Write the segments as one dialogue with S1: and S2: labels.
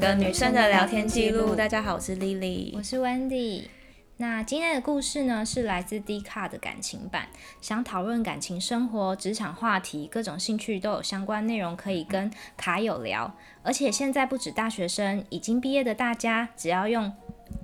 S1: 个女生的聊天记录。嗯大家好，我是 Lily
S2: 我。是 Wendy。那今天的故事呢，是来自 D 卡的感情版，想讨论感情生活、职场话题、各种兴趣都有相关内容可以跟卡友聊。而且现在不止大学生，已经毕业的大家，只要用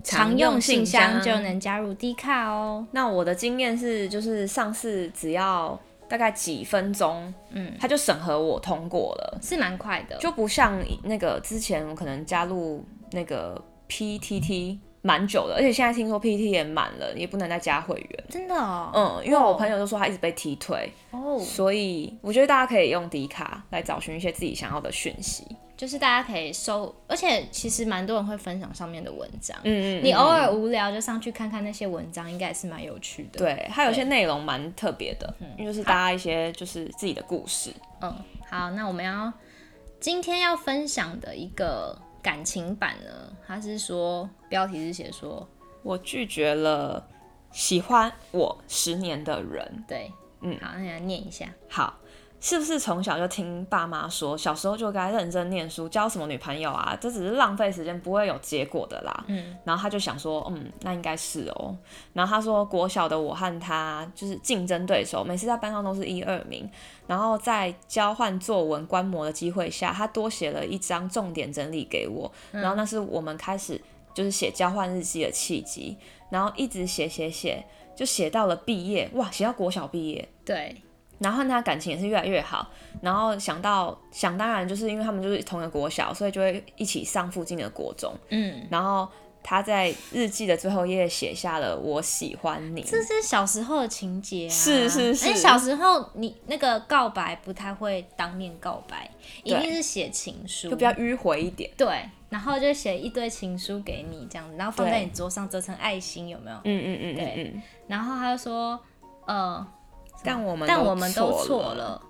S1: 常
S2: 常
S1: 用
S2: 用
S1: 信
S2: 信
S1: 箱
S2: 箱就能加入 D 卡哦。
S1: 那我的经验是，就是上次只要大概几分钟，嗯，他就审核我通过了，
S2: 是蛮快的，
S1: 就不像那个之前我可能加入那个 PTT 蛮久的，而且现在听说 PT 也满了，也不能再加会员。
S2: 真的哦。
S1: 嗯，因为我朋友就说他一直被踢退，
S2: 哦，
S1: 所以我觉得大家可以用迪卡来找寻一些自己想要的讯息。
S2: 就是大家可以收，而且其实蛮多人会分享上面的文章。
S1: 嗯嗯，
S2: 你
S1: 嗯
S2: 偶尔无聊就上去看看那些文章，应该也是蛮有趣的。，
S1: 对，它有些内容蛮特别的，因为就是大家一些就是自己的故事。
S2: 嗯，好，那我们要今天要分享的一个感情版呢，它是说标题是写说，
S1: 我拒绝了喜欢我十年的人。
S2: 对，
S1: 嗯
S2: 好，那你来念一下，
S1: 好，是不是从小就听爸妈说，小时候就该认真念书，交什么女朋友啊？这只是浪费时间，不会有结果的啦。
S2: 嗯，
S1: 然后他就想说，嗯，那应该是哦。然后他说，国小的我和他就是竞争对手，每次在班上都是一二名。然后在交换作文观摩的机会下，他多写了一张重点整理给我，然后那是我们开始就是写交换日记的契机。然后一直写写写，就写到了毕业，哇，写到国小毕业。
S2: 对，
S1: 然后和他感情也是越来越好，然后想到想当然就是因为他们就是同一个国小，所以就会一起上附近的国中。
S2: 嗯，
S1: 然后他在日记的最后一页写下了“我喜欢你
S2: 这是小时候的情节啊，
S1: 是是是
S2: 而且小时候你那个告白不太会当面告白，一定是写情”，书，
S1: 就比较迂回一点。
S2: 对。然后就写一堆情书给你这样子，然后放在
S1: 对
S2: 你桌上折成爱心，有没有？
S1: 嗯嗯嗯嗯
S2: 对
S1: 嗯。
S2: 然后他就说，呃，
S1: 但我们
S2: 但我们都
S1: 错
S2: 错。了，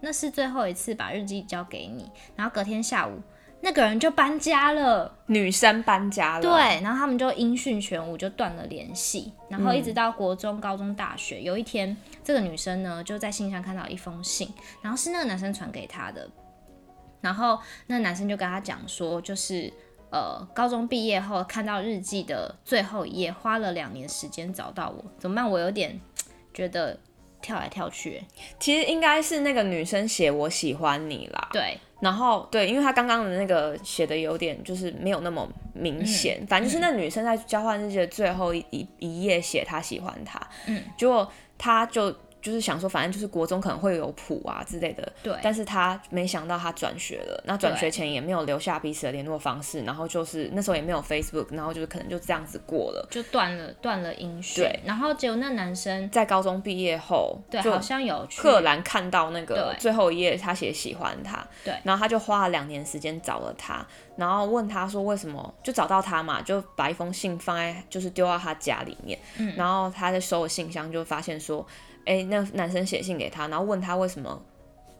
S2: 那是最后一次把日记交给你，然后隔天下午那个人就搬家了，
S1: 女生搬家了，
S2: 对，，啊然后他们就音讯全无，就断了联系，然后一直到国中、高中、大学，有一天这个女生呢就在信箱看到一封信，然后是那个男生传给她的，然后那男生就跟她讲说，就是。呃，高中毕业后看到日记的最后一页，花了两年时间找到我，怎么办？我有点觉得跳来跳去、欸
S1: 其实应该是那个女生写“我喜欢你”啦。
S2: 对，
S1: 然后对，因为他刚刚的那个写的有点就是没有那么
S2: 嗯
S1: 明显，反正就是那女生在交换日记的最后一一一页写她喜欢他，
S2: 嗯，
S1: 结果他就就是想说，反正就是国中可能会有谱啊之类的，
S2: 对
S1: 但是他没想到他转学了，那转学前也没有留下彼此的联络方式，然后就是那时候也没有 Facebook，然后就是可能就这样子过了。
S2: 就断了断了音讯。
S1: 对，
S2: 然后结果那男生
S1: 在高中毕业后，
S2: 对
S1: 就
S2: 好像有去
S1: 克兰看到那个
S2: 对
S1: 最后一页，他写喜欢他，
S2: 对
S1: 然后他就花了两年时间找了他，然后问他说为什么就找到他嘛，就把一封信放在就是丢到他家里面，嗯、然后他在收了信箱就发现说，哎、那男生写信给他，然后问他为什么。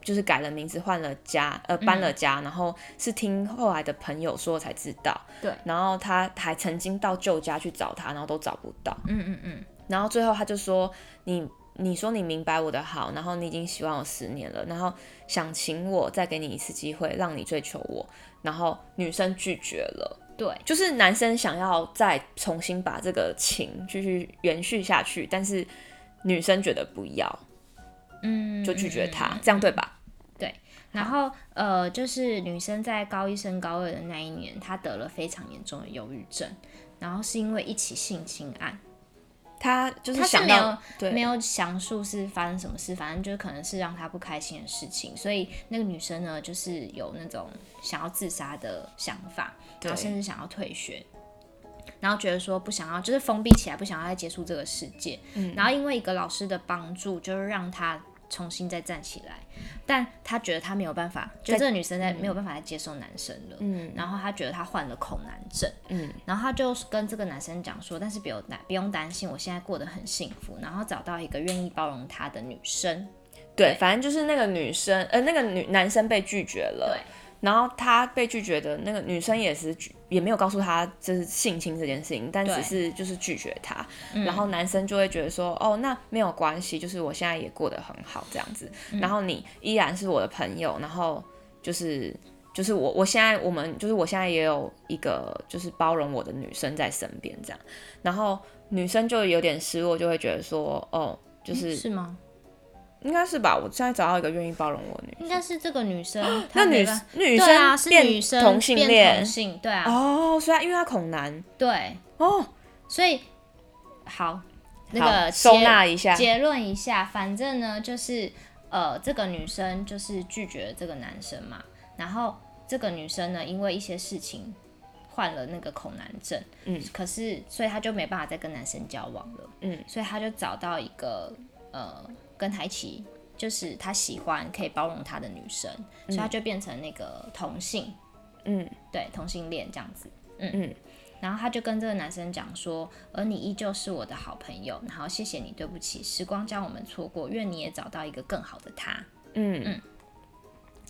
S1: 就是改了名字，换了家，呃，搬了家，
S2: 嗯
S1: 然后是听后来的朋友说才知道。
S2: 对，
S1: 然后他还曾经到旧家去找他，然后都找不到。
S2: 嗯嗯嗯，
S1: 然后最后他就说：“你你说你明白我的好，然后你已经喜欢我十年了，然后想请我再给你一次机会，让你追求我。”然后女生拒绝了，
S2: 对
S1: 就是男生想要再重新把这个情继续延续下去，但是女生觉得不要，
S2: 嗯，
S1: 就拒绝他，
S2: 嗯嗯嗯
S1: 这样对吧？
S2: 然后呃，就是女生在高一升高二的那一年，她得了非常严重的忧郁症，然后是因为一起性侵案，
S1: 他就是
S2: 她是
S1: 想
S2: 没有
S1: 到对
S2: 没有详述是发生什么事，反正就可能是让她不开心的事情，所以那个女生呢，就是有那种想要自杀的想法，
S1: 对
S2: 然后甚至想要退学，然后觉得说不想要，就是封闭起来，不想要再接触这个世界。
S1: 嗯
S2: 然后因为一个老师的帮助，就是让她重新再站起来，但她觉得她没有办法，就
S1: 再
S2: 这个女生在、没有办法再接受男生了。
S1: 嗯
S2: 然后她觉得她患了恐男症，
S1: 嗯，
S2: 然后她就跟这个男生讲说，但是不用担不用担心，我现在过得很幸福，然后找到一个愿意包容她的女生，
S1: 对，反正就是那个女生呃那个女男生被拒绝了
S2: 对。
S1: 然后他被拒绝的那个女生也是拒也没有告诉他就是性侵这件事情，但
S2: 对嗯
S1: 只是就是拒绝他。然后男生就会觉得说，哦，那没有关系，就是我现在
S2: 嗯
S1: 也过得很好这样子。然后你依然是我的朋友，然后就是就是我我现在我们就是我现在也有一个就是包容我的女生在身边这样，然后女生就有点失落，就会觉得说哦，就是
S2: 是吗？
S1: 应该是吧，我现在找到一个愿意包容我的女
S2: 应
S1: 生。
S2: 该是这个女生，
S1: 啊那
S2: 她没
S1: 女
S2: 办
S1: 女
S2: 对
S1: 生
S2: 啊，是
S1: 变
S2: 女生
S1: 同性
S2: 变
S1: 恋
S2: 同性，对啊，
S1: 哦，所以她因为她恐男
S2: 对，
S1: 哦，
S2: 所以好，那
S1: 好
S2: 个
S1: 收
S2: 结
S1: 纳一下，
S2: 结论一下，反正呢就是呃，这个女生就是拒绝了这个男生嘛，然后这个女生呢因为一些事情患了那个恐男症，
S1: 嗯，
S2: 可是所以她就没办法再跟男生交往了，
S1: 嗯，
S2: 所以她就找到一个呃跟她一起。就是她喜欢可以包容她的女生，所以她就变成那个同性，
S1: 嗯
S2: 对同性恋这样子，嗯
S1: 嗯
S2: 然后她就跟这个男生讲说，而你依旧是我的好朋友，然后谢谢你，对不起，时光将我们错过，愿你也找到一个更好的他。
S1: 嗯
S2: 嗯
S1: 嗯，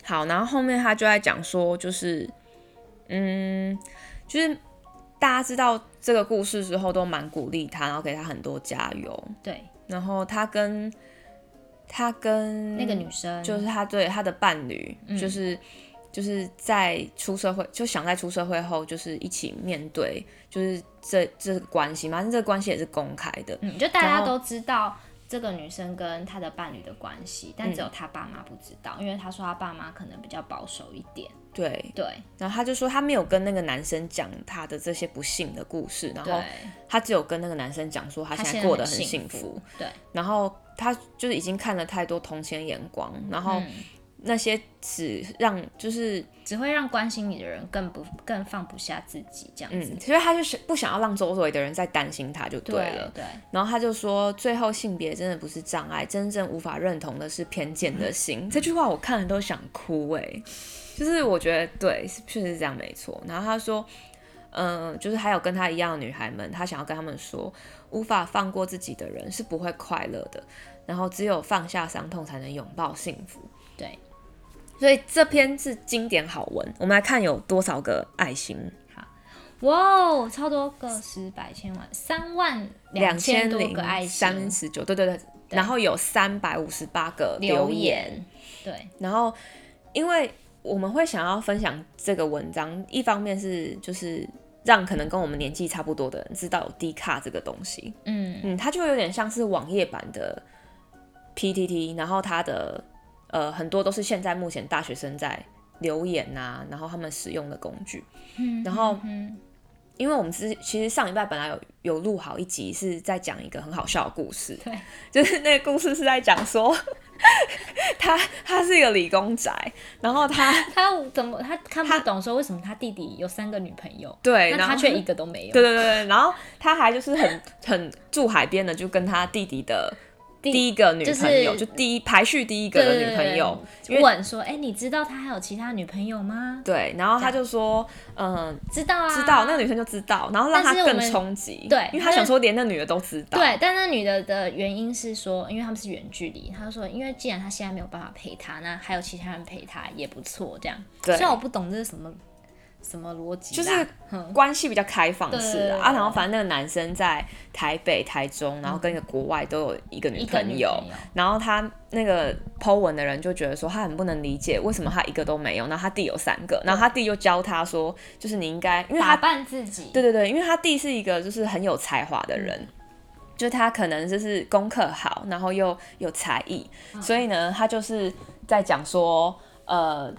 S1: 好，然后后面他就在讲说，就是嗯，就是大家知道这个故事之后，都蛮鼓励他，然后给他很多加油，
S2: 对，
S1: 然后他跟他跟
S2: 那个女生
S1: 嗯就是他对他的伴侣，
S2: 嗯
S1: 就是就是在出社会，就想在出社会后，就是一起面对，就是这这个关系嘛，但是这个关系也是公开的，
S2: 嗯，就大
S1: 然
S2: 家
S1: 后
S2: 都知道这个女生跟她的伴侣的关系，但
S1: 嗯
S2: 只有她爸妈不知道，因为她说她爸妈可能比较保守一点。
S1: 对。
S2: 对
S1: 然后他就说他没有跟那个男生讲他的这些不幸的故事，然后
S2: 对，嗯
S1: 他只有跟那个男生讲说他
S2: 她
S1: 现
S2: 现
S1: 在
S2: 在
S1: 过得很
S2: 很
S1: 幸
S2: 福
S1: 福，。
S2: 对，
S1: 然后他就是已经看了太多同情的眼光，然后
S2: 嗯，
S1: 那些只让就是
S2: 只会让关心你的人更不更放不下自己这样子。
S1: 嗯，所以他就是不想要让周围的人再担心他就对了。
S2: 对对，
S1: 然后他就说，最后性别真的不是障碍，真正无法认同的是偏见的心。这句话我看了都想哭哎、就是我觉得对，是确实是这样没错。然后他说，嗯、就是还有跟他一样的女孩们，他想要跟他们说，无法放过自己的人是不会快乐的，然后只有放下伤痛，才能拥抱幸福。
S2: 对，
S1: 所以这篇是经典好文，我们来看有多少个爱心，
S2: 哇哦，超多个十百千万，三万两千
S1: 千
S2: 多
S1: 零
S2: 个爱
S1: 三
S2: 心
S1: 十九，对对对，然后有三百五十八个
S2: 留
S1: 言
S2: 言，对，
S1: 然后，因为我们会想要分享这个文章，一方面是就是让可能跟我们年纪差不多的人知道有 D 卡这个东西，
S2: 嗯，
S1: 嗯，它就有点像是网页版的 PTT，然后它的呃很多都是现在目前大学生在留言呐、然后他们使用的工具。然后
S2: 嗯
S1: 因为我们之其实上一拜本来有有录好一集是在讲一个很好笑的故事，
S2: 对，
S1: 就是那个故事是在讲说 他他是一个理工宅，然后他
S2: 他怎么他看不懂说为什么他弟弟有三个女朋友，
S1: 对，
S2: 那
S1: 然
S2: 他
S1: 后
S2: 却一个都没有，
S1: 对对对对，然后他还就是很很住海边的，就跟他弟弟的
S2: 第
S1: 第一个女
S2: 就是
S1: 朋友，就第一排序第一个
S2: 对
S1: 的
S2: 对
S1: 女朋友，因
S2: 对
S1: 为
S2: 问说，哎，你知道他还有其他女朋友吗？
S1: 对，然后他就说，嗯，
S2: 知道啊，
S1: 知道，那个女生就知道，然后让他
S2: 但是我
S1: 更
S2: 们
S1: 冲击，
S2: 对
S1: 因为他想说连那女的都知道，
S2: 对，但那女的的原因是说，因为他们是远距离，她说，因为既然她现在没有办法陪他，那还有其他人陪他也不错，这样。
S1: 对
S2: 虽然我不懂这是什么什么逻辑
S1: 就
S2: 啦，
S1: 是关系比较开放式
S2: 对对对嗯
S1: 啊啊，然后反正那个男生在台北、台中，然后跟一个国外都有一个女
S2: 一个女
S1: 朋友，
S2: 朋友
S1: 然后他那个 Po 文的人就觉得说他很不能理解为什么他一个都没有，然后他弟有三个，然后他弟就教他说，就是你应该，因为
S2: 打
S1: 他
S2: 扮自己，
S1: 对对对，因为他弟是一个就是很有才华的
S2: 嗯
S1: 人，就他可能就是功课好，然后又有才艺，
S2: 嗯
S1: 所以呢，他就是在讲说，呃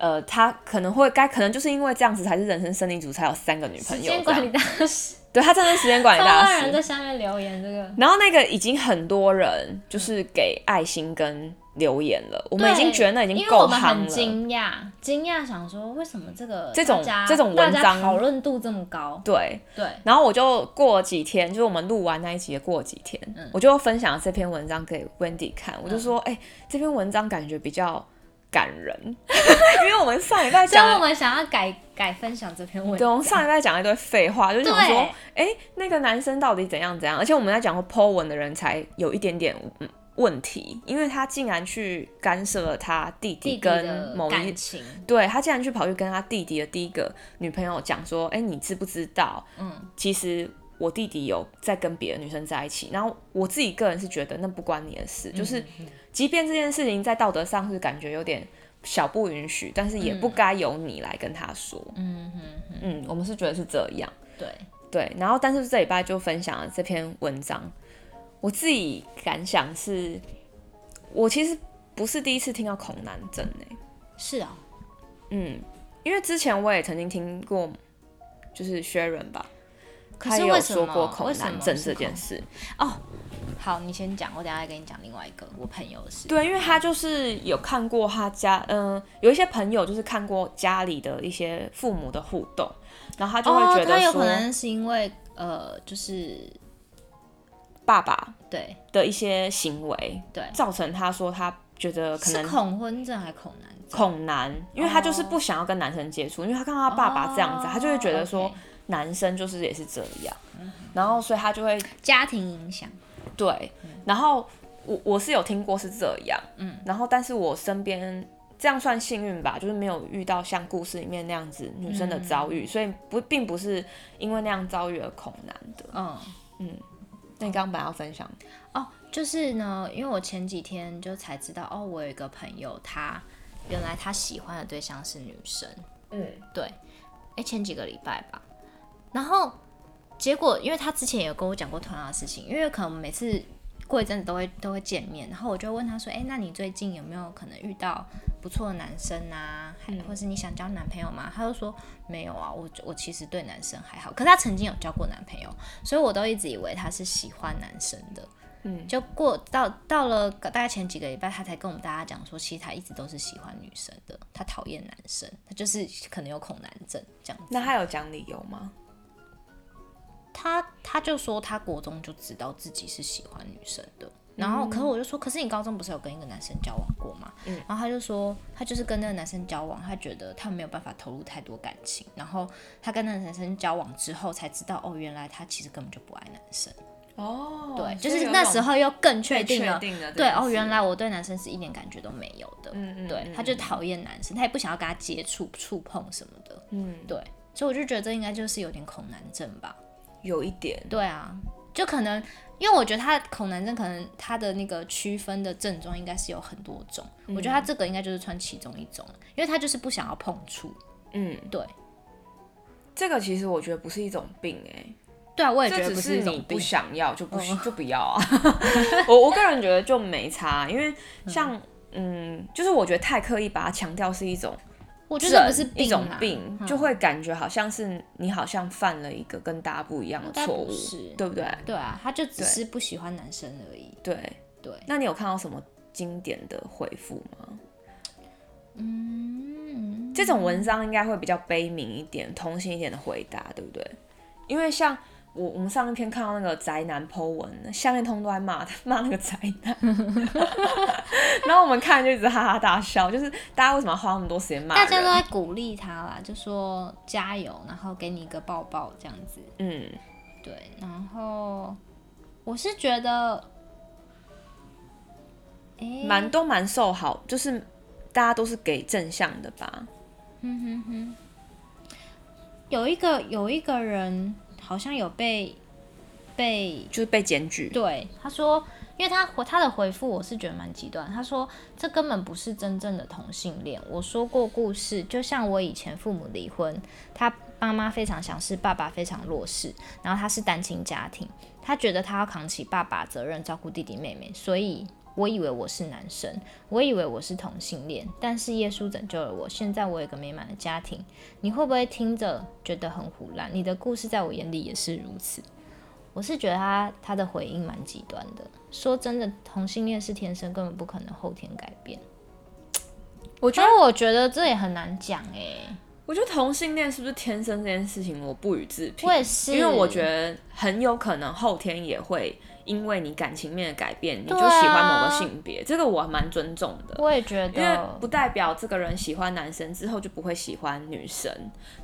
S1: 呃，他可能会该可能就是因为这样子才是人生胜利组，才有三个女朋
S2: 时
S1: 友
S2: 间
S1: 这
S2: 管
S1: 样。
S2: 理大 师，
S1: 对他真的是时间管理
S2: 超
S1: 大
S2: 多
S1: 师
S2: 人，在下面留言这个。
S1: 然后那个已经很多人就是给爱心跟留言了，我
S2: 我
S1: 们已经觉得那已经够夯了。
S2: 惊讶，惊讶想说为什么这个
S1: 这种
S2: 大家
S1: 这种文
S2: 大家
S1: 章
S2: 讨论度这么高？
S1: 对，
S2: 对，
S1: 然后我就过了几天，就是我们录完那一集也过了几天，
S2: 嗯
S1: 我就分享这篇文章给 Wendy 看，我就说，哎、这篇文章感觉比较感 人，因为我们上礼拜
S2: 所以
S1: 讲
S2: 我
S1: 了，
S2: 们想要改改分享这篇文
S1: 对，我
S2: 章
S1: 们，上礼拜讲了一堆废话，就想说
S2: 对，
S1: 哎、那个男生到底怎样怎样，而且我们在讲过 Po 文的人才有一点点嗯问题，因为他竟然去干涉了他弟弟
S2: 弟弟
S1: 跟
S2: 的
S1: 某一
S2: 感情，
S1: 对他竟然去跑去跟他弟弟的第一个女朋友讲说：“哎、你知不知道？
S2: 嗯，
S1: 其实我弟弟有在跟别的女生在一起。”然后我自
S2: 嗯
S1: 己个人是觉得那不关你的事，就是即便这件事情在道德上是感觉有点小不允许，但是也不该由你来跟他说。
S2: 嗯哼哼，
S1: 嗯，我们是觉得是这样。
S2: 对，
S1: 对，然后但是这礼拜就分享了这篇文章，我自己感想是，我其实不是第一次听到恐男症欸诶、
S2: 是啊，
S1: 嗯，因为之前我也曾经听过，就是薛仁吧，
S2: 可
S1: 他
S2: 是
S1: 也
S2: 为
S1: 有
S2: 什
S1: 说
S2: 么
S1: 过恐
S2: 为什
S1: 男
S2: 么
S1: 症
S2: 是
S1: 这件
S2: 恐
S1: 事，
S2: 好，你先讲，我等一下再跟你讲另外一个我朋友的事。
S1: 对，因为他就是有看过他家，嗯、有一些朋友就是看过家里的一些父母的互动，然后他就会
S2: 哦
S1: 觉，得
S2: 他有
S1: 说，
S2: 可能是因为呃，就是
S1: 爸爸
S2: 对
S1: 的一些行为，
S2: 对
S1: 造成他说他觉得可
S2: 是
S1: 能
S2: 恐婚症还是恐男症？
S1: 恐男，因为他就是不想要跟男生接触，因为他看到他爸爸这样子，他就会觉得
S2: 哦
S1: 说
S2: ，OK
S1: 男生就是也是这样，然后所以他就会
S2: 家庭影响。
S1: 对，然后我我是有听过是这样，嗯，然后但是我身边这样算幸运吧，就是没有遇到像故事里面那样子女生的遭遇，所以不并不是因为那样遭遇而恐男的。
S2: 嗯，
S1: 哦那你刚刚本来要分享，
S2: 哦，就是呢，因为我前几天就才知道，哦，我有一个朋友，他原来他喜欢的对象是女生。
S1: 嗯，
S2: 对，哎，前几个礼拜吧。然后结果，因为他之前有跟我讲过同样的事情，因为可能每次过一阵子都会都会见面，然后我就问他说：“哎，那你最近有没有可能遇到不错的男生啊？还或是你想交男朋友吗？”他就说：“没有啊，我我其实对男生还好，可是他曾经有交过男朋友，所以我都一直以为他是喜欢男生的。”
S1: 嗯，
S2: 就过到到了大概前几个礼拜，他才跟我们大家讲说，其实他一直都是喜欢女生的，他讨厌男生，他就是可能有恐男症这样子。
S1: 那他有讲理由吗？
S2: 他他就说他国中就知道自己是喜欢女生的，然
S1: 嗯
S2: 后可是我就说，可是你高中不是有跟一个男生交往过吗？然后他就说他就是跟那个男生交往，他觉得他没有办法投入太多感情，然后他跟那个男生交往之后才知道，哦，原来他其实根本就不爱男生。
S1: 哦，
S2: 对，就
S1: 所以
S2: 是
S1: 有
S2: 那
S1: 种
S2: 时候又更
S1: 被
S2: 确
S1: 确
S2: 定了，
S1: 定了这
S2: 对
S1: 件
S2: 哦，
S1: 事
S2: 原来我对男生是一点感觉都没有的。
S1: 嗯嗯，
S2: 对
S1: 嗯，
S2: 他就讨厌男生，他也不想要跟他接触、触碰什么的。
S1: 嗯
S2: 对，所以我就觉得这应该就是有点恐男症吧。
S1: 有一点，
S2: 对啊，就可能因为我觉得他恐男症，可能他的那个区分的症状应该是有很多种。
S1: 嗯
S2: 我觉得他这个应该就是穿其中一种，因为他就是不想要碰触。
S1: 嗯，
S2: 对，
S1: 这个其实我觉得不是一种病哎、
S2: 对啊，我也觉
S1: 这
S2: 得
S1: 只
S2: 不一
S1: 你
S2: 种
S1: 不
S2: 病。哦
S1: 想要就不需就不要 啊。我我个人觉得就没差，因为像嗯，就是我觉得太刻意把它强调是一种
S2: 我觉
S1: 症，
S2: 得不是
S1: 一
S2: 病
S1: 种
S2: 啊，
S1: 病，就会感觉好像是你好像犯了一个跟大家不一样的
S2: 应该
S1: 错误
S2: 不，是。
S1: 对不对？
S2: 对啊，他就只
S1: 对
S2: 是不喜欢男生而已。
S1: 对，
S2: 对，
S1: 那你有看到什么经典的回复吗？
S2: 嗯，
S1: 这种文章应该会比较悲悯一点、同情一点的回答，对不对？因为像我我们上一篇看到那个宅男 Po 文，下面通都在骂他 骂那个宅男，然后我们看就一直哈哈大笑，就是大家为什么要花那么多时间骂
S2: 大
S1: 人？
S2: 家都在鼓励他啦，就说加油，然后给你一个抱抱这样子。
S1: 嗯，
S2: 对，然后我是觉得，诶，
S1: 蛮都蛮受好，就是大家都是给正向的吧？
S2: 有一个有一个人好像有被被
S1: 就是被检举，
S2: 对，他说，因为他回他的回复我是觉得蛮极端。他说这根本不是真正的同性恋。我说过故事，就像我以前父母离婚，他妈妈非常强势，爸爸非常弱势，然后他是单亲家庭，他觉得他要扛起爸爸责任，照顾弟弟妹妹，所以。我以为我是男生，我以为我是同性恋，但是耶稣拯救了我。现在我有一个美满的家庭，你会不会听着觉得很胡乱？你的故事在我眼里也是如此。我是觉得他他的回应蛮极端的。说真的，同性恋是天生，根本不可能后天改变。我觉得，我觉得这也很难讲哎、
S1: 我觉得同性恋是不是天生这件事情，我不予置评。
S2: 我也是
S1: 因为我觉得很有可能后天也会因为你感情面的改变，你就
S2: 对啊
S1: 喜欢某个性别，这个我还蛮尊重的。
S2: 我也觉
S1: 因为
S2: 得
S1: 不，代表这个人喜欢男生之后就不会喜欢女生，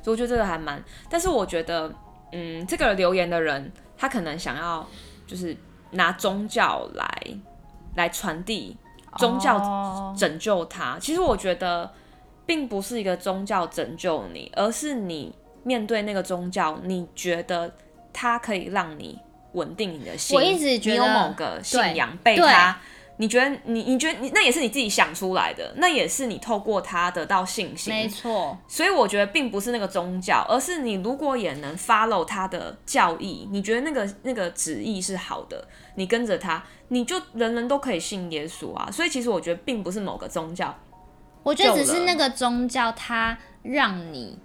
S1: 所以我觉得这个还蛮……但是我觉得，嗯，这个留言的人他可能想要就是拿宗教来来传递宗教
S2: 哦
S1: 拯救他。其实我觉得，并不是一个宗教拯救你，而是你面对那个宗教，你觉得它可以让你稳定你的心。
S2: 我一直觉得
S1: 你有某个信仰被
S2: 对
S1: 它你觉得你你觉得你那也是你自己想出来的，那也是你透过他得到信心。
S2: 没错，
S1: 所以我觉得并不是那个宗教，而是你如果也能 follow 他的教义，你觉得那个那个旨意是好的，你跟着他，你就人人都可以信耶稣啊。所以其实我觉得并不是某个宗教，
S2: 我觉得
S1: 救
S2: 只是
S1: 了
S2: 那个宗教，它让你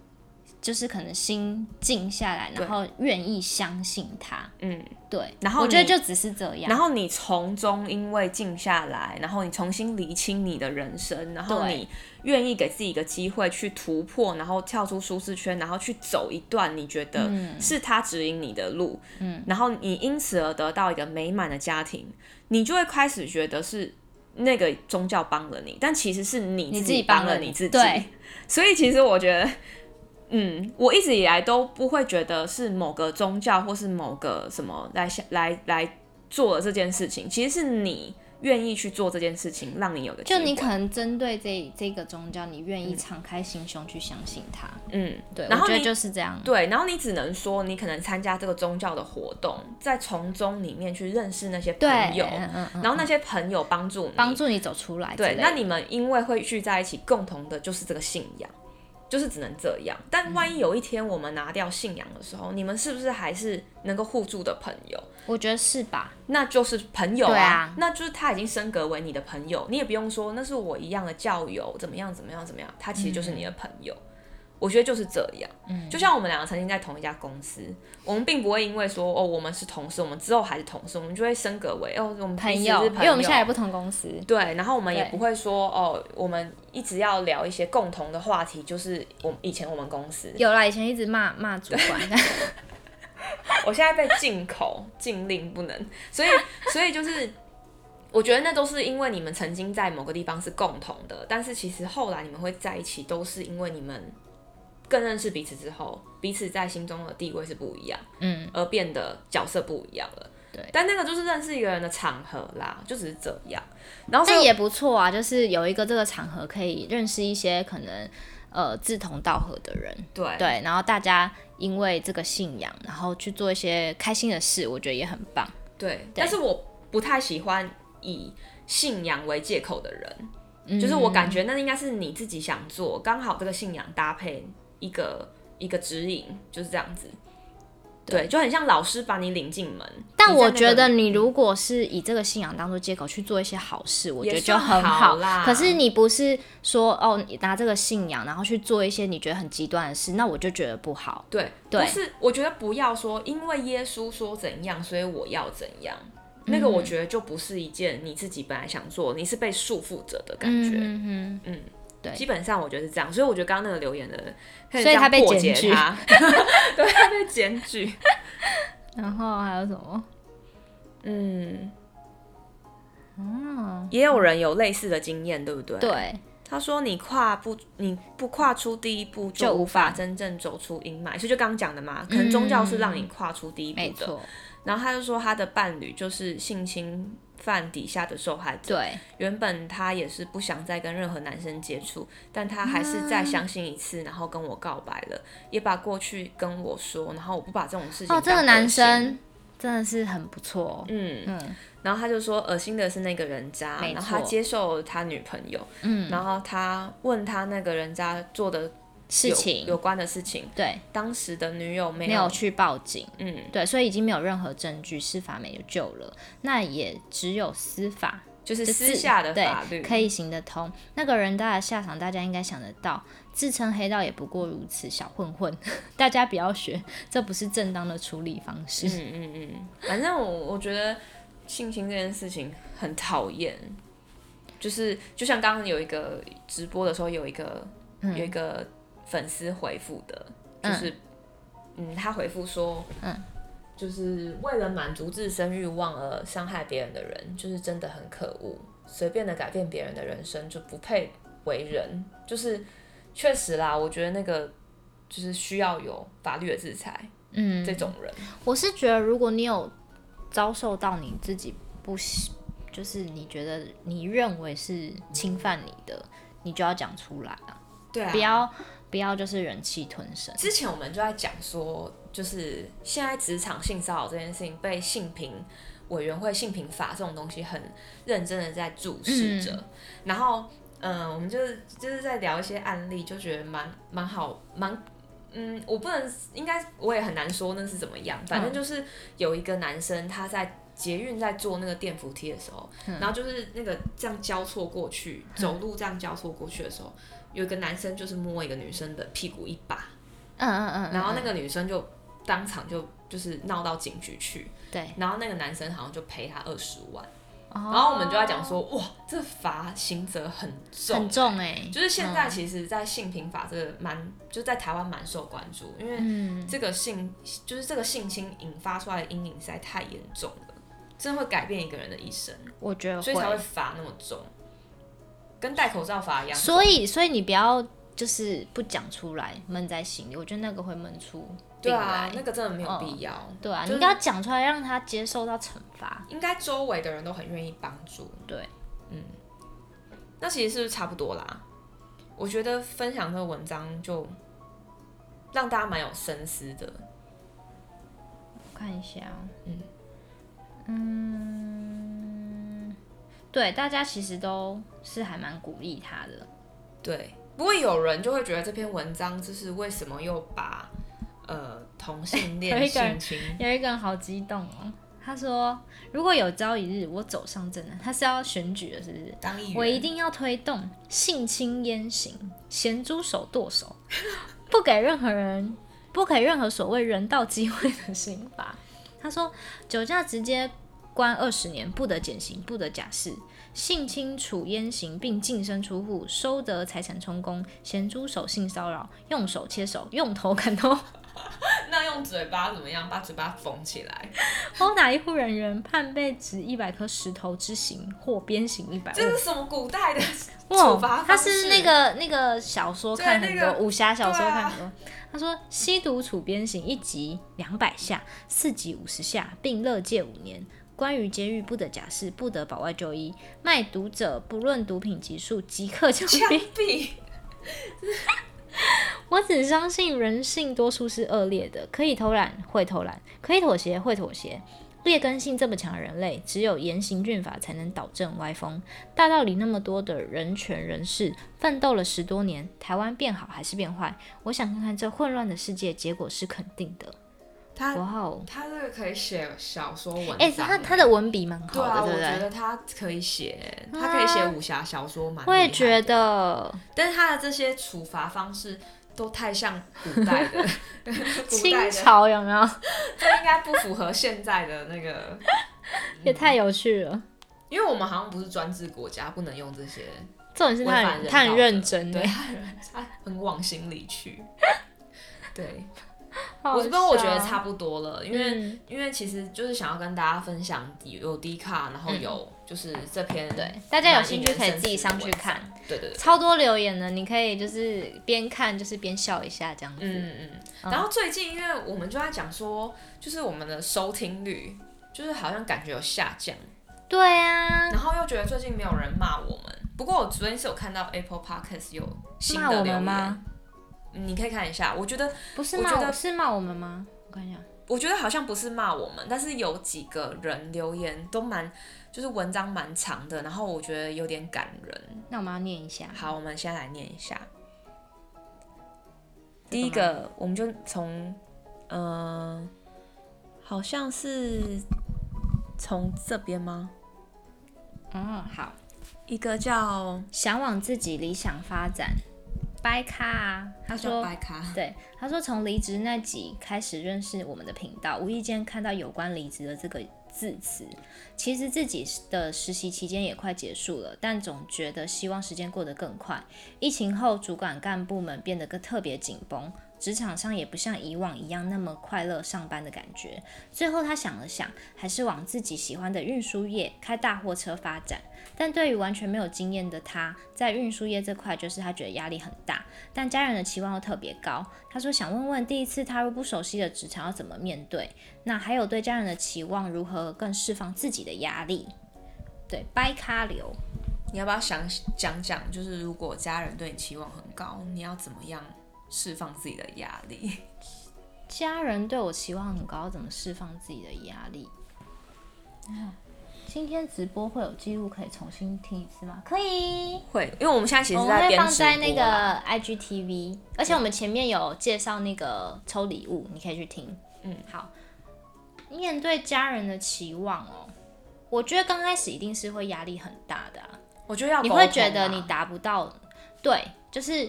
S2: 就是可能心静下来，
S1: 对
S2: 然后愿意相信它。
S1: 嗯，
S2: 对，
S1: 然后
S2: 我觉得
S1: 你
S2: 就只是这样。
S1: 然后你从中因为静下来，然后你重新理清你的人生，然后
S2: 对
S1: 你愿意给自己一个机会去突破，然后跳出舒适圈，然后去走一段你觉得
S2: 嗯
S1: 是他指引你的路，嗯，然后你因此而得到一个美满的家庭，你就会开始觉得是。那个宗教帮了你，但其实是你
S2: 你
S1: 自
S2: 自己
S1: 己
S2: 帮
S1: 帮
S2: 了
S1: 了
S2: 你
S1: 你自己。
S2: 对，
S1: 所以其实我觉得，嗯，我一直以来都不会觉得是某个宗教或是某个什么来想来来做了这件事情，其实是你愿意去做这件事情，让你有个机
S2: 就
S1: 会
S2: 你可能针对这这个宗教，你愿意敞开心胸去相信它。
S1: 嗯
S2: 对，
S1: 然后
S2: 我觉得
S1: 你
S2: 就是这样。
S1: 对，然后你只能说你可能参加这个宗教的活动，在从中里面去认识那些
S2: 对，
S1: 朋友，
S2: 嗯嗯嗯，
S1: 然后那些朋友帮助你，
S2: 帮助你走出来之类
S1: 对，
S2: 的。
S1: 那你们因为会聚在一起，共同的就是这个信仰，就是只能这样。但万一有一天我们拿掉信仰的时候，你们是不是还是能够互助的朋友？
S2: 我觉得是吧？
S1: 那就是朋友
S2: 对
S1: 啊，
S2: 啊
S1: 那就是他已经升格为你的朋友，你也不用说那是我一样的教友，怎么样怎么样怎么样，他其实就是你的朋友。
S2: 嗯
S1: 我觉得就是这样，嗯，就像我们两个曾经在同一家公司，我们并不会因为说哦我们是同事，我们之后还是同事，我们就会升格为哦我们彼
S2: 朋
S1: 此
S2: 友，
S1: 是
S2: 因为我们现在也不同公司。
S1: 对，然后我们也
S2: 对
S1: 不会说哦，我们一直要聊一些共同的话题，就是我以前我们公司，
S2: 有啦，以前一直骂骂主管，但
S1: 我现在被禁口禁令不能，所以所以就是。我觉得那都是因为你们曾经在某个地方是共同的，但是其实后来你们会在一起，都是因为你们更认识彼此之后，彼此在心中的地位是不一样，
S2: 嗯，
S1: 而变得角色不一样了。
S2: 对
S1: 但那个就是认识一个人的场合啦，就只是这样。然后所以
S2: 但也不错啊，就是有一个这个场合可以认识一些可能呃志同道合的人，
S1: 对
S2: 对，然后大家因为这个信仰，然后去做一些开心的事，我觉得也很棒。
S1: 对，但是我不太喜欢以信仰为借口的人，
S2: 嗯
S1: 就是我感觉那应该是你自己想做，刚好这个信仰搭配一个一个指引，就是这样子。对，就很像老师把你领进门。
S2: 但
S1: 你在
S2: 我
S1: 那
S2: 觉
S1: 个
S2: 得你如果是以这个信仰当做借口去做一些好事，我觉得
S1: 也
S2: 就很
S1: 算好啦
S2: 可是你不是说哦，你拿这个信仰然后去做一些你觉得很极端的事，那我就觉得不好。
S1: 对，
S2: 对
S1: 不是，我觉得不要说因为耶稣说怎样，所以我要怎样。那个
S2: 嗯
S1: 我觉得就不是一件你自己本来想做，你是被束缚着的感觉。
S2: 嗯哼对
S1: 基本上我觉得是这样，所以我觉得刚刚那个留言的人，所
S2: 所以他被检举
S1: 他 对，他被检举。
S2: 哼，然后还有什么？
S1: 嗯，也有人有类似的经验，对不对？。
S2: 对，
S1: 他说：“你跨不，你不跨出第一步，
S2: 就
S1: 就
S2: 无
S1: 无
S2: 法
S1: 法真正走出阴霾。”所以就刚刚讲的嘛，可能宗教是让你跨出第一
S2: 嗯没
S1: 步的。
S2: 错，
S1: 然后他就说，他的伴侣就是性侵犯底下的受害者。
S2: 对。
S1: 原本他也是不想再跟任何男生接触，但他还是
S2: 嗯
S1: 再相信一次，然后跟我告白了，也把过去跟我说，然后我不把这种事情
S2: 哦，这个
S1: 当
S2: 男
S1: 恶心
S2: 生真的是很不错、
S1: 嗯
S2: 嗯，
S1: 然后他就说恶心的是那个人渣，
S2: 没
S1: 然
S2: 错
S1: 后他接受他女朋友，嗯，然后他问他那个人渣做的
S2: 事
S1: 有
S2: 情
S1: 有关的事情，
S2: 对，
S1: 当时的女友没
S2: 没有去报警，
S1: 嗯，
S2: 对，所以已经没有任何证据，司法没有救了，那也只有司法。
S1: 就是
S2: 就
S1: 私
S2: 是
S1: 下的
S2: 对
S1: 法律，
S2: 可以行得通，那个人大的下场大家应该想得到，自称黑道也不过如此，小混混， 大家不要学，这不是正当的处理方式。
S1: 嗯嗯嗯，反正我我觉得性侵这件事情很讨厌，就是就像刚刚有一个直播的时候，有一个、
S2: 嗯
S1: 有一个粉丝回复的，就是嗯他回复说，
S2: 嗯，
S1: 就是为了满足自身欲望而伤害别人的人，就是真的很可恶。随便的改变别人的人生就不配为人，就是确实啦，我觉得那个就是需要有法律的制裁，
S2: 嗯，
S1: 这种人。
S2: 我是觉得，如果你有遭受到你自己不喜，就是你觉得你认为是侵犯你的，你就要讲出来啊，
S1: 对啊
S2: 不要不要就是忍气吞声。
S1: 之前我们就在讲说，就是现在职场性骚扰这件事情被性平委员会性平法这种东西很认真的在注视着，然后嗯、呃我们就是就是在聊一些案例，就觉得蛮蛮好蛮。嗯，我不能，应该我也很难说那是怎么样。反正就是有一个男生，他在捷运在坐那个电扶梯的时候，然后就是那个这样交错过去，走路这样交错过去的时候，有一个男生就是摸一个女生的屁股一把，
S2: 嗯嗯嗯，
S1: 然后那
S2: 嗯
S1: 个女生就当场就就是闹到警局去，
S2: 对，
S1: 然后那个男生好像就赔他二十万，
S2: 然
S1: 然后我们就在讲说，哇，这罚刑责很重，
S2: 很重哎，
S1: 就是现在其实，在性平法这个蛮，就在台湾蛮受关注，因为
S2: 嗯，
S1: 这个性就是这个性侵引发出来的阴影实在太严重了，真的会改变一个人的一生，
S2: 嗯我觉得
S1: 所以才会
S2: 会，
S1: 罚那么重，跟戴口罩罚一样。
S2: 所以所以你不要就是不讲出来，闷在心里，我觉得那个会闷出
S1: 对
S2: 病
S1: 啊
S2: 来，，
S1: 那个真的没有
S2: 嗯
S1: 必要。
S2: 对啊，
S1: 就
S2: 你
S1: 是
S2: 应该要讲出来，让他接受到惩罚，
S1: 应该周围的人都很愿意帮助。
S2: 对，
S1: 嗯，那其实是不是差不多啦？我觉得分享这个文章就让大家蛮有深思的。
S2: 我看一下哦，
S1: 嗯
S2: 嗯对，大家其实都是还蛮鼓励他的，
S1: 对，不过有人就会觉得这篇文章就是为什么又把呃同 性
S2: 有
S1: 恋
S2: 一个
S1: 性
S2: 人
S1: 侵，
S2: 有一个人好激动哦，他说：“如果有朝一日我走上政坛，他是要选举了，是不是？
S1: 当议
S2: 我一
S1: 员，
S2: 定要推动性侵严刑，咸猪手剁手， 不给任何人，不给任何所谓人道机会的刑罚。”他说：“酒驾直接关二十年，不得减刑，不得假释；性侵处严刑，并净身出户，收得财产充公；咸猪手性骚扰，用手切手，用头砍头。”
S1: 那用嘴巴怎么样？把嘴巴缝起来，
S2: 殴打一户人员，判被指一百颗石头之刑或鞭刑一百
S1: 这是什么古代的
S2: 五。
S1: 处罚
S2: 他
S1: 方式？
S2: 是那个那个小说
S1: 对
S2: 看很
S1: 那
S2: 多，
S1: 个
S2: 武侠小说
S1: 对啊
S2: 看很多。他说吸毒处鞭刑一级两百下，四级五十下，并勒戒五年。关于监狱不得假释，不得保外就医。卖毒者不论毒品级数，即刻枪
S1: 枪
S2: 毙。
S1: 毙。
S2: 我只相信人性多数是恶劣的，可以偷懒会偷懒，可以妥协会妥协。劣根性这么强的人类，只有严刑峻法才能导正歪风。大道理那么多的人权人士，奋斗了十多年，台湾变好还是变坏？我想看看这混乱的世界，结果是肯定的。
S1: 他
S2: 哇哦！
S1: 他这个可以写小说文章欸，
S2: 哎、他他的文笔蛮
S1: 对
S2: 好
S1: 啊，
S2: 的，对
S1: 我
S2: 不
S1: 觉
S2: 对？
S1: 得他可以写，他可以写武侠小说蛮。
S2: 我也觉，得
S1: 但是他的这些处罚方式都太像古代 的，古
S2: 清
S1: 代的，嗯
S2: 朝有没有？
S1: 这应该不符合现在的那个，
S2: 也太有趣了。
S1: 因为我们好像不是专制国家，不能用这些，
S2: 重点是他
S1: 违反
S2: 很
S1: 人
S2: 他
S1: 道
S2: 很
S1: 的
S2: 认真，欸
S1: 对，他很他很往心里去。对，
S2: 好
S1: 我不过我觉得
S2: 笑
S1: 差不多了，因为。
S2: 嗯
S1: 因为其实就是想要跟大家分享有 D 卡，然后
S2: 嗯
S1: 有就是这篇
S2: 对，大家有
S1: 蛮
S2: 兴
S1: 引
S2: 趣
S1: 人
S2: 可以
S1: 深
S2: 自己
S1: 思
S2: 上
S1: 的
S2: 去
S1: 文
S2: 看。
S1: 章，对对对，
S2: 超多留言的，你可以就是边看就是边笑一下这样子。
S1: 嗯嗯。然后最近因为我们就在讲说，就是我们的收听率就是好像感觉有下降，
S2: 对啊，
S1: 然后又觉得最近没有人骂我们。不过我昨天是有看到 Apple Podcast 有新
S2: 骂
S1: 的
S2: 我
S1: 留
S2: 们吗
S1: 言，你可以看一下。我觉得
S2: 不是
S1: 我
S2: 骂
S1: 觉
S2: 我
S1: 得
S2: 是骂我们吗？我看一下，
S1: 我觉得好像不是骂我们，但是有几个人留言都蛮就是文章蛮长的，然后我觉得有点感人。
S2: 那我们要念一下。
S1: 好，我们先来念一下。
S2: 这个
S1: 第一个，我们就从，嗯，好像是从这边吗？
S2: 嗯，好，
S1: 一个叫
S2: 向往自己理想发展，掰咖啊，他
S1: 叫
S2: 说
S1: 白卡，
S2: 对，他说从离职那集开始认识我们的频道，无意间看到有关离职的这个字词。其实自己的实习期间也快结束了，但总觉得希望时间过得更快。疫情后，主管干部们变得更特别紧绷，职场上也不像以往一样那么快乐上班的感觉。最后他想了想，还是往自己喜欢的运输业开大货车发展。但对于完全没有经验的他，在运输业这块，就是他觉得压力很大。但家人的期望又特别高。他说想问问第一次踏入不熟悉的职场要怎么面对，那还有对家人的期望如何更释放自己的压力。对，掰咖流，
S1: 你要不要想讲讲？就是如果家人对你期望很高，你要怎么样释放自己的压力？
S2: 家人对我期望很高，怎么释放自己的压力？ 今天直播会有记录可以重新听一次吗？可以，
S1: 会，因为我们现在其实
S2: 我
S1: 是
S2: 们
S1: 在
S2: 会
S1: 编
S2: 放
S1: 直
S2: 在那
S1: 播啊啦
S2: 个 IGTV，而且我们前面有介绍那个抽礼物，你可以去听。嗯，好。面对家人的期望哦，我觉得刚开始一定是会压力很大的啊、
S1: 我觉得要
S2: 你
S1: 沟
S2: 会
S1: 通
S2: 觉得
S1: 啦
S2: 你达不到，对，就是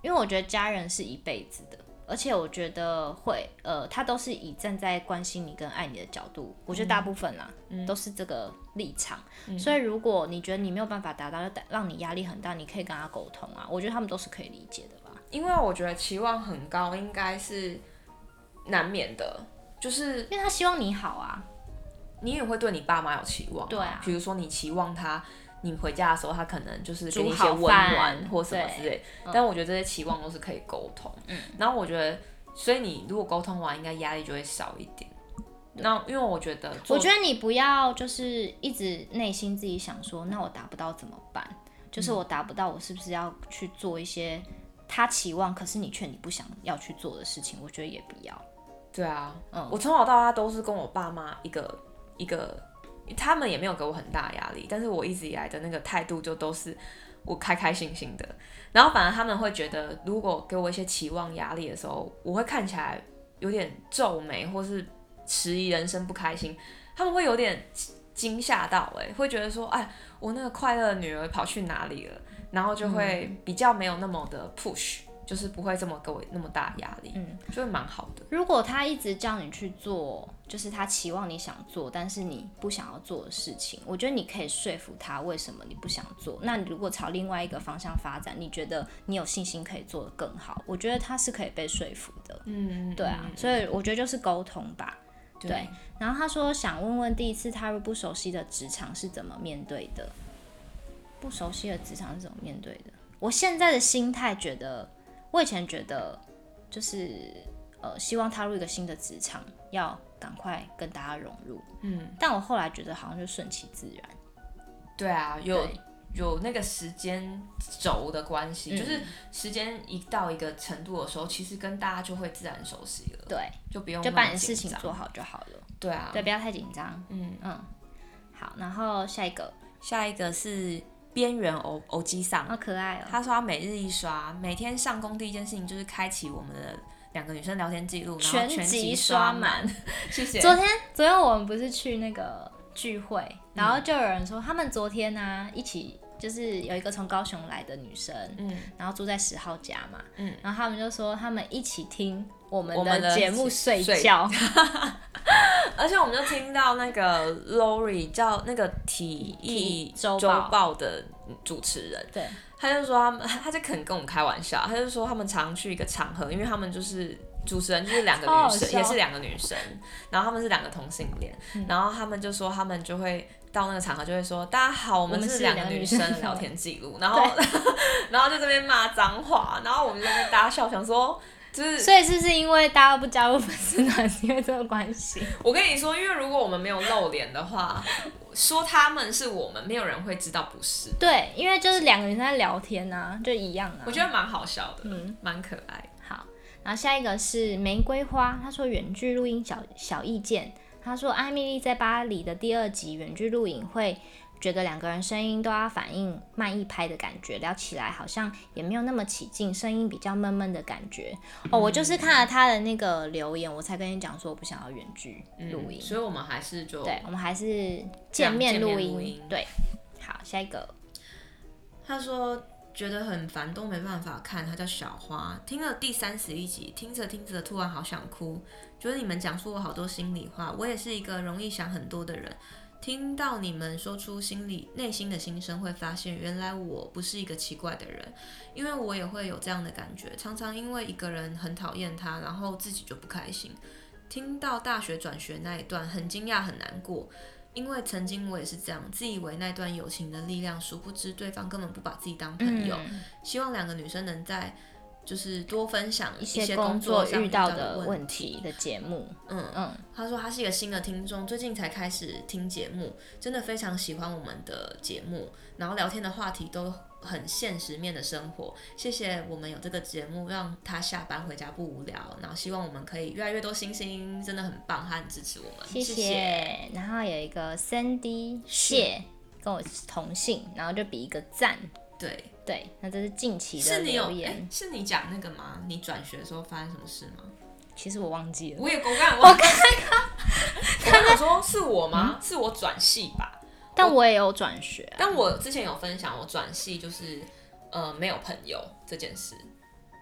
S2: 因为我觉得家人是一辈子的，而且我觉得会，呃，他都是以站在关心你跟爱你的角度，我觉得大
S1: 嗯
S2: 部分啦，都是这个立场。所以如果你觉得你没有办法达到，让你压力很大，你可以跟他沟通啊，我觉得他们都是可以理解的吧。
S1: 因为我觉得期望很高，应该是难免的，就是
S2: 因为他希望你好啊，
S1: 你也会对你爸妈有期望、
S2: 对啊
S1: 比如说你期望他，你回家的时候他可能就是给你一
S2: 煮
S1: 些
S2: 好
S1: 温
S2: 饭
S1: 暖或什么
S2: 对嗯
S1: 之类，但我觉得这些期望都是可以沟通。嗯，然后我觉得，所以你如果沟通完，应该压力就会少一点。那因为我觉得做，
S2: 我觉得你不要就是一直内心自己想说，那我达不到怎么办？
S1: 嗯
S2: 就是我达不到，我是不是要去做一些他期望，可是你却你不想要去做的事情？我觉得也不要。
S1: 对啊，
S2: 嗯
S1: 我从小到大都是跟我爸妈一个一个，他们也没有给我很大的压力，但是我一直以来的那个态度就都是我开开心心的，然后反而他们会觉得，如果给我一些期望压力的时候，我会看起来有点皱眉，或是迟疑人生不开心，他们会有点惊惊吓到、欸，哎，会觉得说，哎，我那个快乐的女儿跑去哪里了，然后就会
S2: 嗯
S1: 比较没有那么的 push。就是不会这么给我那么大的压力，
S2: 嗯，
S1: 就会蛮好的。
S2: 如果他一直叫你去做，就是他期望你想做，但是你不想要做的事情，我觉得你可以说服他为什么你不想做。那你如果朝另外一个方向发展，你觉得你有信心可以做得更好，我觉得他是可以被说服的。
S1: 嗯，
S2: 对啊，所以我觉得就是沟通吧。对，然后他说想问问第一次踏入不熟悉的职场是怎么面对的？不熟悉的职场是怎么面对的？我现在的心态觉得，我以前觉得就是呃，希望踏入一个新的职场要赶快跟大家融入，
S1: 嗯，
S2: 但我后来觉得好像就顺其自然。
S1: 对啊，有
S2: 对
S1: 有那个时间轴的关系，
S2: 嗯
S1: 就是时间一到一个程度的时候，其实跟大家就会自然熟悉了，
S2: 对，
S1: 就不用
S2: 就
S1: 那
S2: 把
S1: 么
S2: 你事
S1: 紧
S2: 情
S1: 张
S2: 做好就好了。
S1: 对啊，
S2: 对，不要太紧张。
S1: 嗯，
S2: 嗯，好，然后下一个，
S1: 下一个是边缘偶偶机上，
S2: 好可爱哦、
S1: 他说他每日一刷，每天上工第一件事情就是开启我们的两个女生聊天记录，然后全
S2: 集
S1: 刷
S2: 刷满。
S1: 谢谢。
S2: 昨天昨天我们不是去那个聚会，然后就有人说他们昨天呢、啊一起就是有一个从高雄来的女生，
S1: 嗯，
S2: 然后住在十号家嘛，
S1: 嗯，
S2: 然后他们就说他们一起听我们
S1: 我们的
S2: 的节目睡
S1: 睡
S2: 觉，
S1: 而且我们就听到那个 Lori 叫那个体
S2: 体
S1: 育
S2: 周
S1: 周
S2: 报
S1: 报的主持人。
S2: 对，
S1: 他就说他们，他就肯跟我们开玩笑，他就说他们常去一个场合，因为他们就是主持人就是两个
S2: 好
S1: 女
S2: 好
S1: 生，
S2: 笑嗯
S1: 也是两个女生，然后他们是两个同性恋，然后他们就说他们就会。到那个场合就会说，大家好，我们
S2: 们
S1: 是
S2: 是
S1: 两
S2: 两
S1: 个
S2: 个
S1: 女
S2: 女
S1: 生
S2: 生
S1: 的聊天记录，然后 然后就这边骂脏话，然后我们就在那边大笑，想说就是
S2: 所以是不是因为大家不加入粉丝团是因为这个关系？
S1: 我跟你说，因为如果我们没有露脸的话，说他们是我们，没有人会知道不是，
S2: 对，因为就是两个人在聊天啊，就一样啊。
S1: 我觉得蛮好笑的，
S2: 嗯
S1: 蛮可爱的。
S2: 好，然后下一个是玫瑰花，他说远距录音小小意见，他说艾米丽在巴黎的第二集远距录影会。觉得两个人声音都要反应慢一拍的感觉，聊起来好像也没有那么起劲，声音比较闷闷的感觉。
S1: 嗯
S2: 哦，我就是看了他的那个留言，我才跟你讲说我不想要远距录音。
S1: 嗯所以我们还是就
S2: 对，我们还是
S1: 这样
S2: 见面
S1: 嗯见面
S2: 录音。
S1: 录音
S2: 对，好，下一个
S1: 他说觉得很烦，都没办法看。他叫小花，听了第三十一集，听着听着突然好想哭，觉得你们讲出我好多心里话。我也是一个容易想很多的人，听到你们说出心里内心的心声，会发现原来我不是一个奇怪的人，因为我也会有这样的感觉，常常因为一个人很讨厌他，然后自己就不开心。听到大学转学那一段，很惊讶，很难过。因为曾经我也是这样，自以为那段友情的力量，殊不知对方根本不把自己当朋友。
S2: 嗯
S1: 希望两个女生能在就是多分享一
S2: 些
S1: 工
S2: 作
S1: 上
S2: 遇
S1: 遇
S2: 到
S1: 的
S2: 的
S1: 问
S2: 问题的节目，
S1: 嗯
S2: 嗯，
S1: 他说他是一个新的听众，最近才开始听节目，真的非常喜欢我们的节目，然后聊天的话题都很现实面的生活。谢谢我们有这个节目，让他下班回家不无聊。然后希望我们可以越来越多星星，真的很棒，他很支持我们，
S2: 谢
S1: 谢。
S2: 然后有一个 Sandy 谢跟我同姓，然后就比一个赞。
S1: 对，
S2: 对，那这是哎近期的
S1: 是你有
S2: 留言，
S1: 诶是你讲那个吗？你转学的时候发生什么事吗？
S2: 其实我忘记了，
S1: 我也我刚我刚刚我刚想说是我吗？是我转系吧？
S2: 但我也有转学啊、
S1: 但我之前有分享，我转系就是呃没有朋友这件事，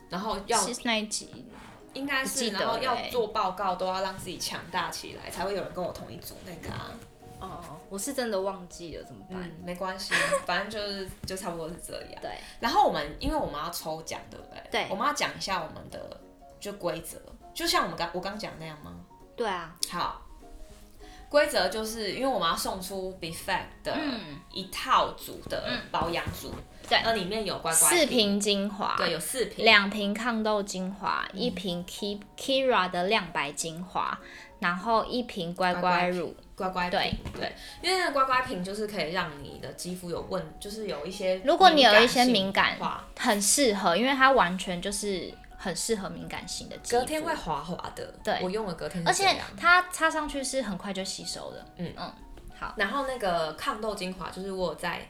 S1: 然后要
S2: 是那一集
S1: 应该
S2: 不记
S1: 是
S2: 得
S1: 然后要
S2: 欸
S1: 做报告都要让自己强大起来，才会有人跟我同一组那个、啊。
S2: 哦，我是真的忘记了，怎么办？
S1: 嗯，没关系， 反正就是就差不多是这样。
S2: 对
S1: 然后我们因为我们要抽奖，对不对？
S2: 对
S1: 我们要讲一下我们的就规则，就像我们刚我刚讲那样吗？
S2: 对啊，
S1: 好，规则就是因为我们要送出 b e f a c t 的
S2: 嗯
S1: 一套组的保养组，
S2: 对
S1: 那里面有乖乖
S2: 四瓶精华，
S1: 对，有四瓶，
S2: 两瓶抗痘精华，一瓶 Ki Kira 的亮白精华，然后一瓶乖
S1: 乖乖
S2: 乖乳，
S1: 乖乖瓶
S2: 对，
S1: 对，因为那个乖乖瓶就是可以让你的肌肤有问，就是有一些，
S2: 如果你有一些敏感
S1: 话，
S2: 很适合，因为它完全就是很适合敏感型的肌肤。
S1: 隔天会滑滑的，
S2: 对
S1: 我用了隔天
S2: 而
S1: 是这
S2: 且
S1: 样。
S2: 它擦上去是很快就吸收的。
S1: 嗯
S2: 嗯，好，
S1: 然后那个抗痘精华，就是我有在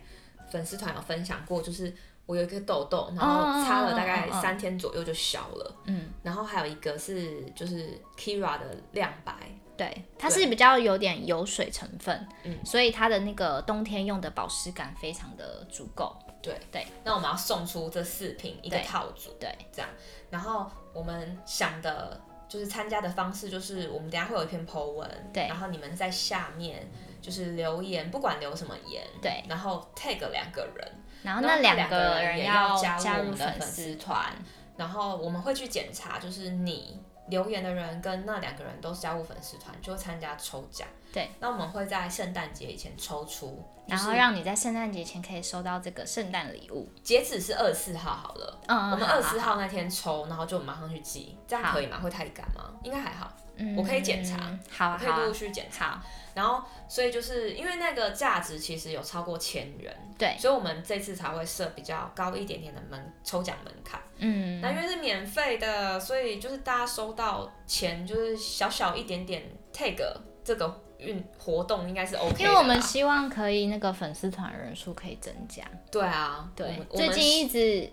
S1: 粉丝团有分享过，就是我有一个痘痘，然后擦了大
S2: 嗯
S1: 概
S2: 嗯嗯嗯
S1: 三天左右就消了。
S2: 嗯，
S1: 然后还有一个是就是 Kira 的亮白，
S2: 对，它是比较有点油水成分，
S1: 嗯
S2: 所以它的那个冬天用的保湿感非常的足够。
S1: 对
S2: 对
S1: 那我们要送出这四瓶一个
S2: 对
S1: 套组，
S2: 对，
S1: 这样。然后我们想的就是参加的方式，就是我们等一下会有一篇 po 文，
S2: 对
S1: 然后你们在下面就是留言，不管留什么言，
S2: 对，
S1: 然后 tag 两个人，
S2: 然
S1: 然
S2: 后那
S1: 后
S2: 两个
S1: 人
S2: 人
S1: 也
S2: 要
S1: 加入
S2: 加
S1: 我
S2: 入
S1: 们的
S2: 粉
S1: 粉
S2: 丝
S1: 丝团，然后我们会去检查，就是你。留言的人跟那两个人都加入粉丝团，就参加抽奖。
S2: 对，
S1: 那我们会在圣诞节以前抽出，
S2: 然后
S1: 就是
S2: 让你在圣诞节前可以收到这个圣诞礼物。
S1: 截止是二十四号啊好了，
S2: 嗯，嗯
S1: 我们
S2: 好
S1: 二
S2: 好
S1: 十四
S2: 好
S1: 号那天抽，然后就马上去寄，这样可以吗？会太赶吗？应该还好，
S2: 嗯
S1: 我可以检查，
S2: 好
S1: 我
S2: 啊
S1: 可
S2: 好
S1: 以
S2: 啊
S1: 陆，续检查。然后，所以就是因为那个价值其实有超过千元，
S2: 对，
S1: 所以我们这次才会设比较高一点点的门抽奖门槛。
S2: 嗯，
S1: 那因为是免费的，所以就是大家收到钱就是小小一点点 tag 这个运活动应该是 OK 的啦。
S2: 因为我们希望可以那个粉丝团人数可以增加，
S1: 对啊，我
S2: 对
S1: 们，我
S2: 最
S1: 们
S2: 近一直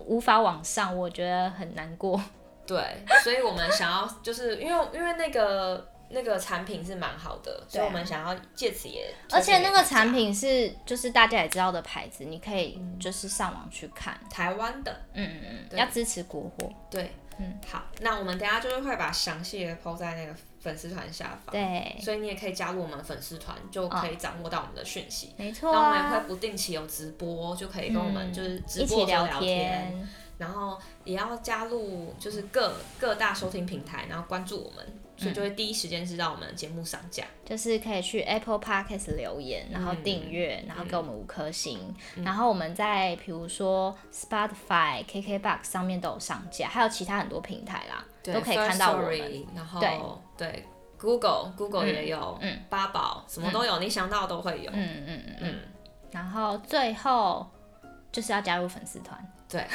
S2: 无法往上，我觉得很难过。
S1: 对，所以我们想要就是因为因为那个那个产品是蛮好的，所以我们想要借此也，
S2: 啊而且那个产品是就是大家也知道的牌子，你可以
S1: 嗯
S2: 就是上网去看，
S1: 台湾的，
S2: 嗯嗯嗯，
S1: 对
S2: 要支持国货，
S1: 对，
S2: 嗯，
S1: 好，那我们等一下就是会把详细的抛在那个粉丝团下方，
S2: 对，
S1: 所以你也可以加入我们粉丝团，就可以掌握到我们的讯息。
S2: 没
S1: 那
S2: 错
S1: 我们也
S2: 啊，嗯
S1: 会不定期有直播，就可以跟我们就是直
S2: 一
S1: 播
S2: 起
S1: 的时候
S2: 聊
S1: 天，
S2: 天，
S1: 然后也要加入就是各各大收听平台，然后关注我们，所以就会第一时间知道我们的节目上架。
S2: 就是可以去 Apple Podcast 留言，然
S1: 嗯
S2: 后订阅，然后给我们五颗星。然后我们在比如说 Spotify、KKBox 上面都有上架，还有其他很多平台啦，
S1: 对
S2: 都可以
S1: First
S2: 看到我们。
S1: Story，然后
S2: 对
S1: 对 Google Google 也有，
S2: 嗯
S1: 八宝什么都有，你想到都会有。
S2: 嗯嗯嗯嗯。
S1: 嗯，
S2: 然后最后就是要加入粉丝团，
S1: 对。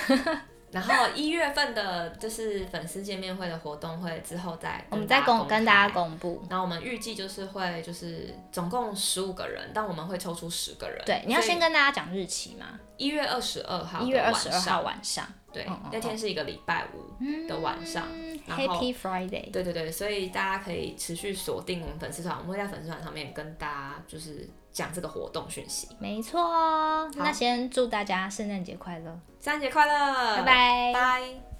S1: 然后一月份的就是粉丝见面会的活动会之后再
S2: 我们
S1: 再
S2: 再公跟大家
S1: 公
S2: 公布
S1: 开。。然后我们预计就是会就是总共十五个人，但我们会抽出十个人。
S2: 对，你要先跟大家讲日期嘛，
S1: 一月二十二号的
S2: 一月二
S1: 晚
S2: 十二号
S1: 上，
S2: 晚上。
S1: 对
S2: 嗯嗯，
S1: 那天是一个礼拜五的晚上，
S2: 嗯
S1: 然后
S2: ，Happy Friday。
S1: 对对对，所以大家可以持续锁定我们粉丝团，我们会在粉丝团上面跟大家就是讲这个活动讯息。
S2: 没错哦，那先祝大家圣诞节快乐，
S1: 圣诞节快乐，
S2: 拜拜
S1: 呃拜。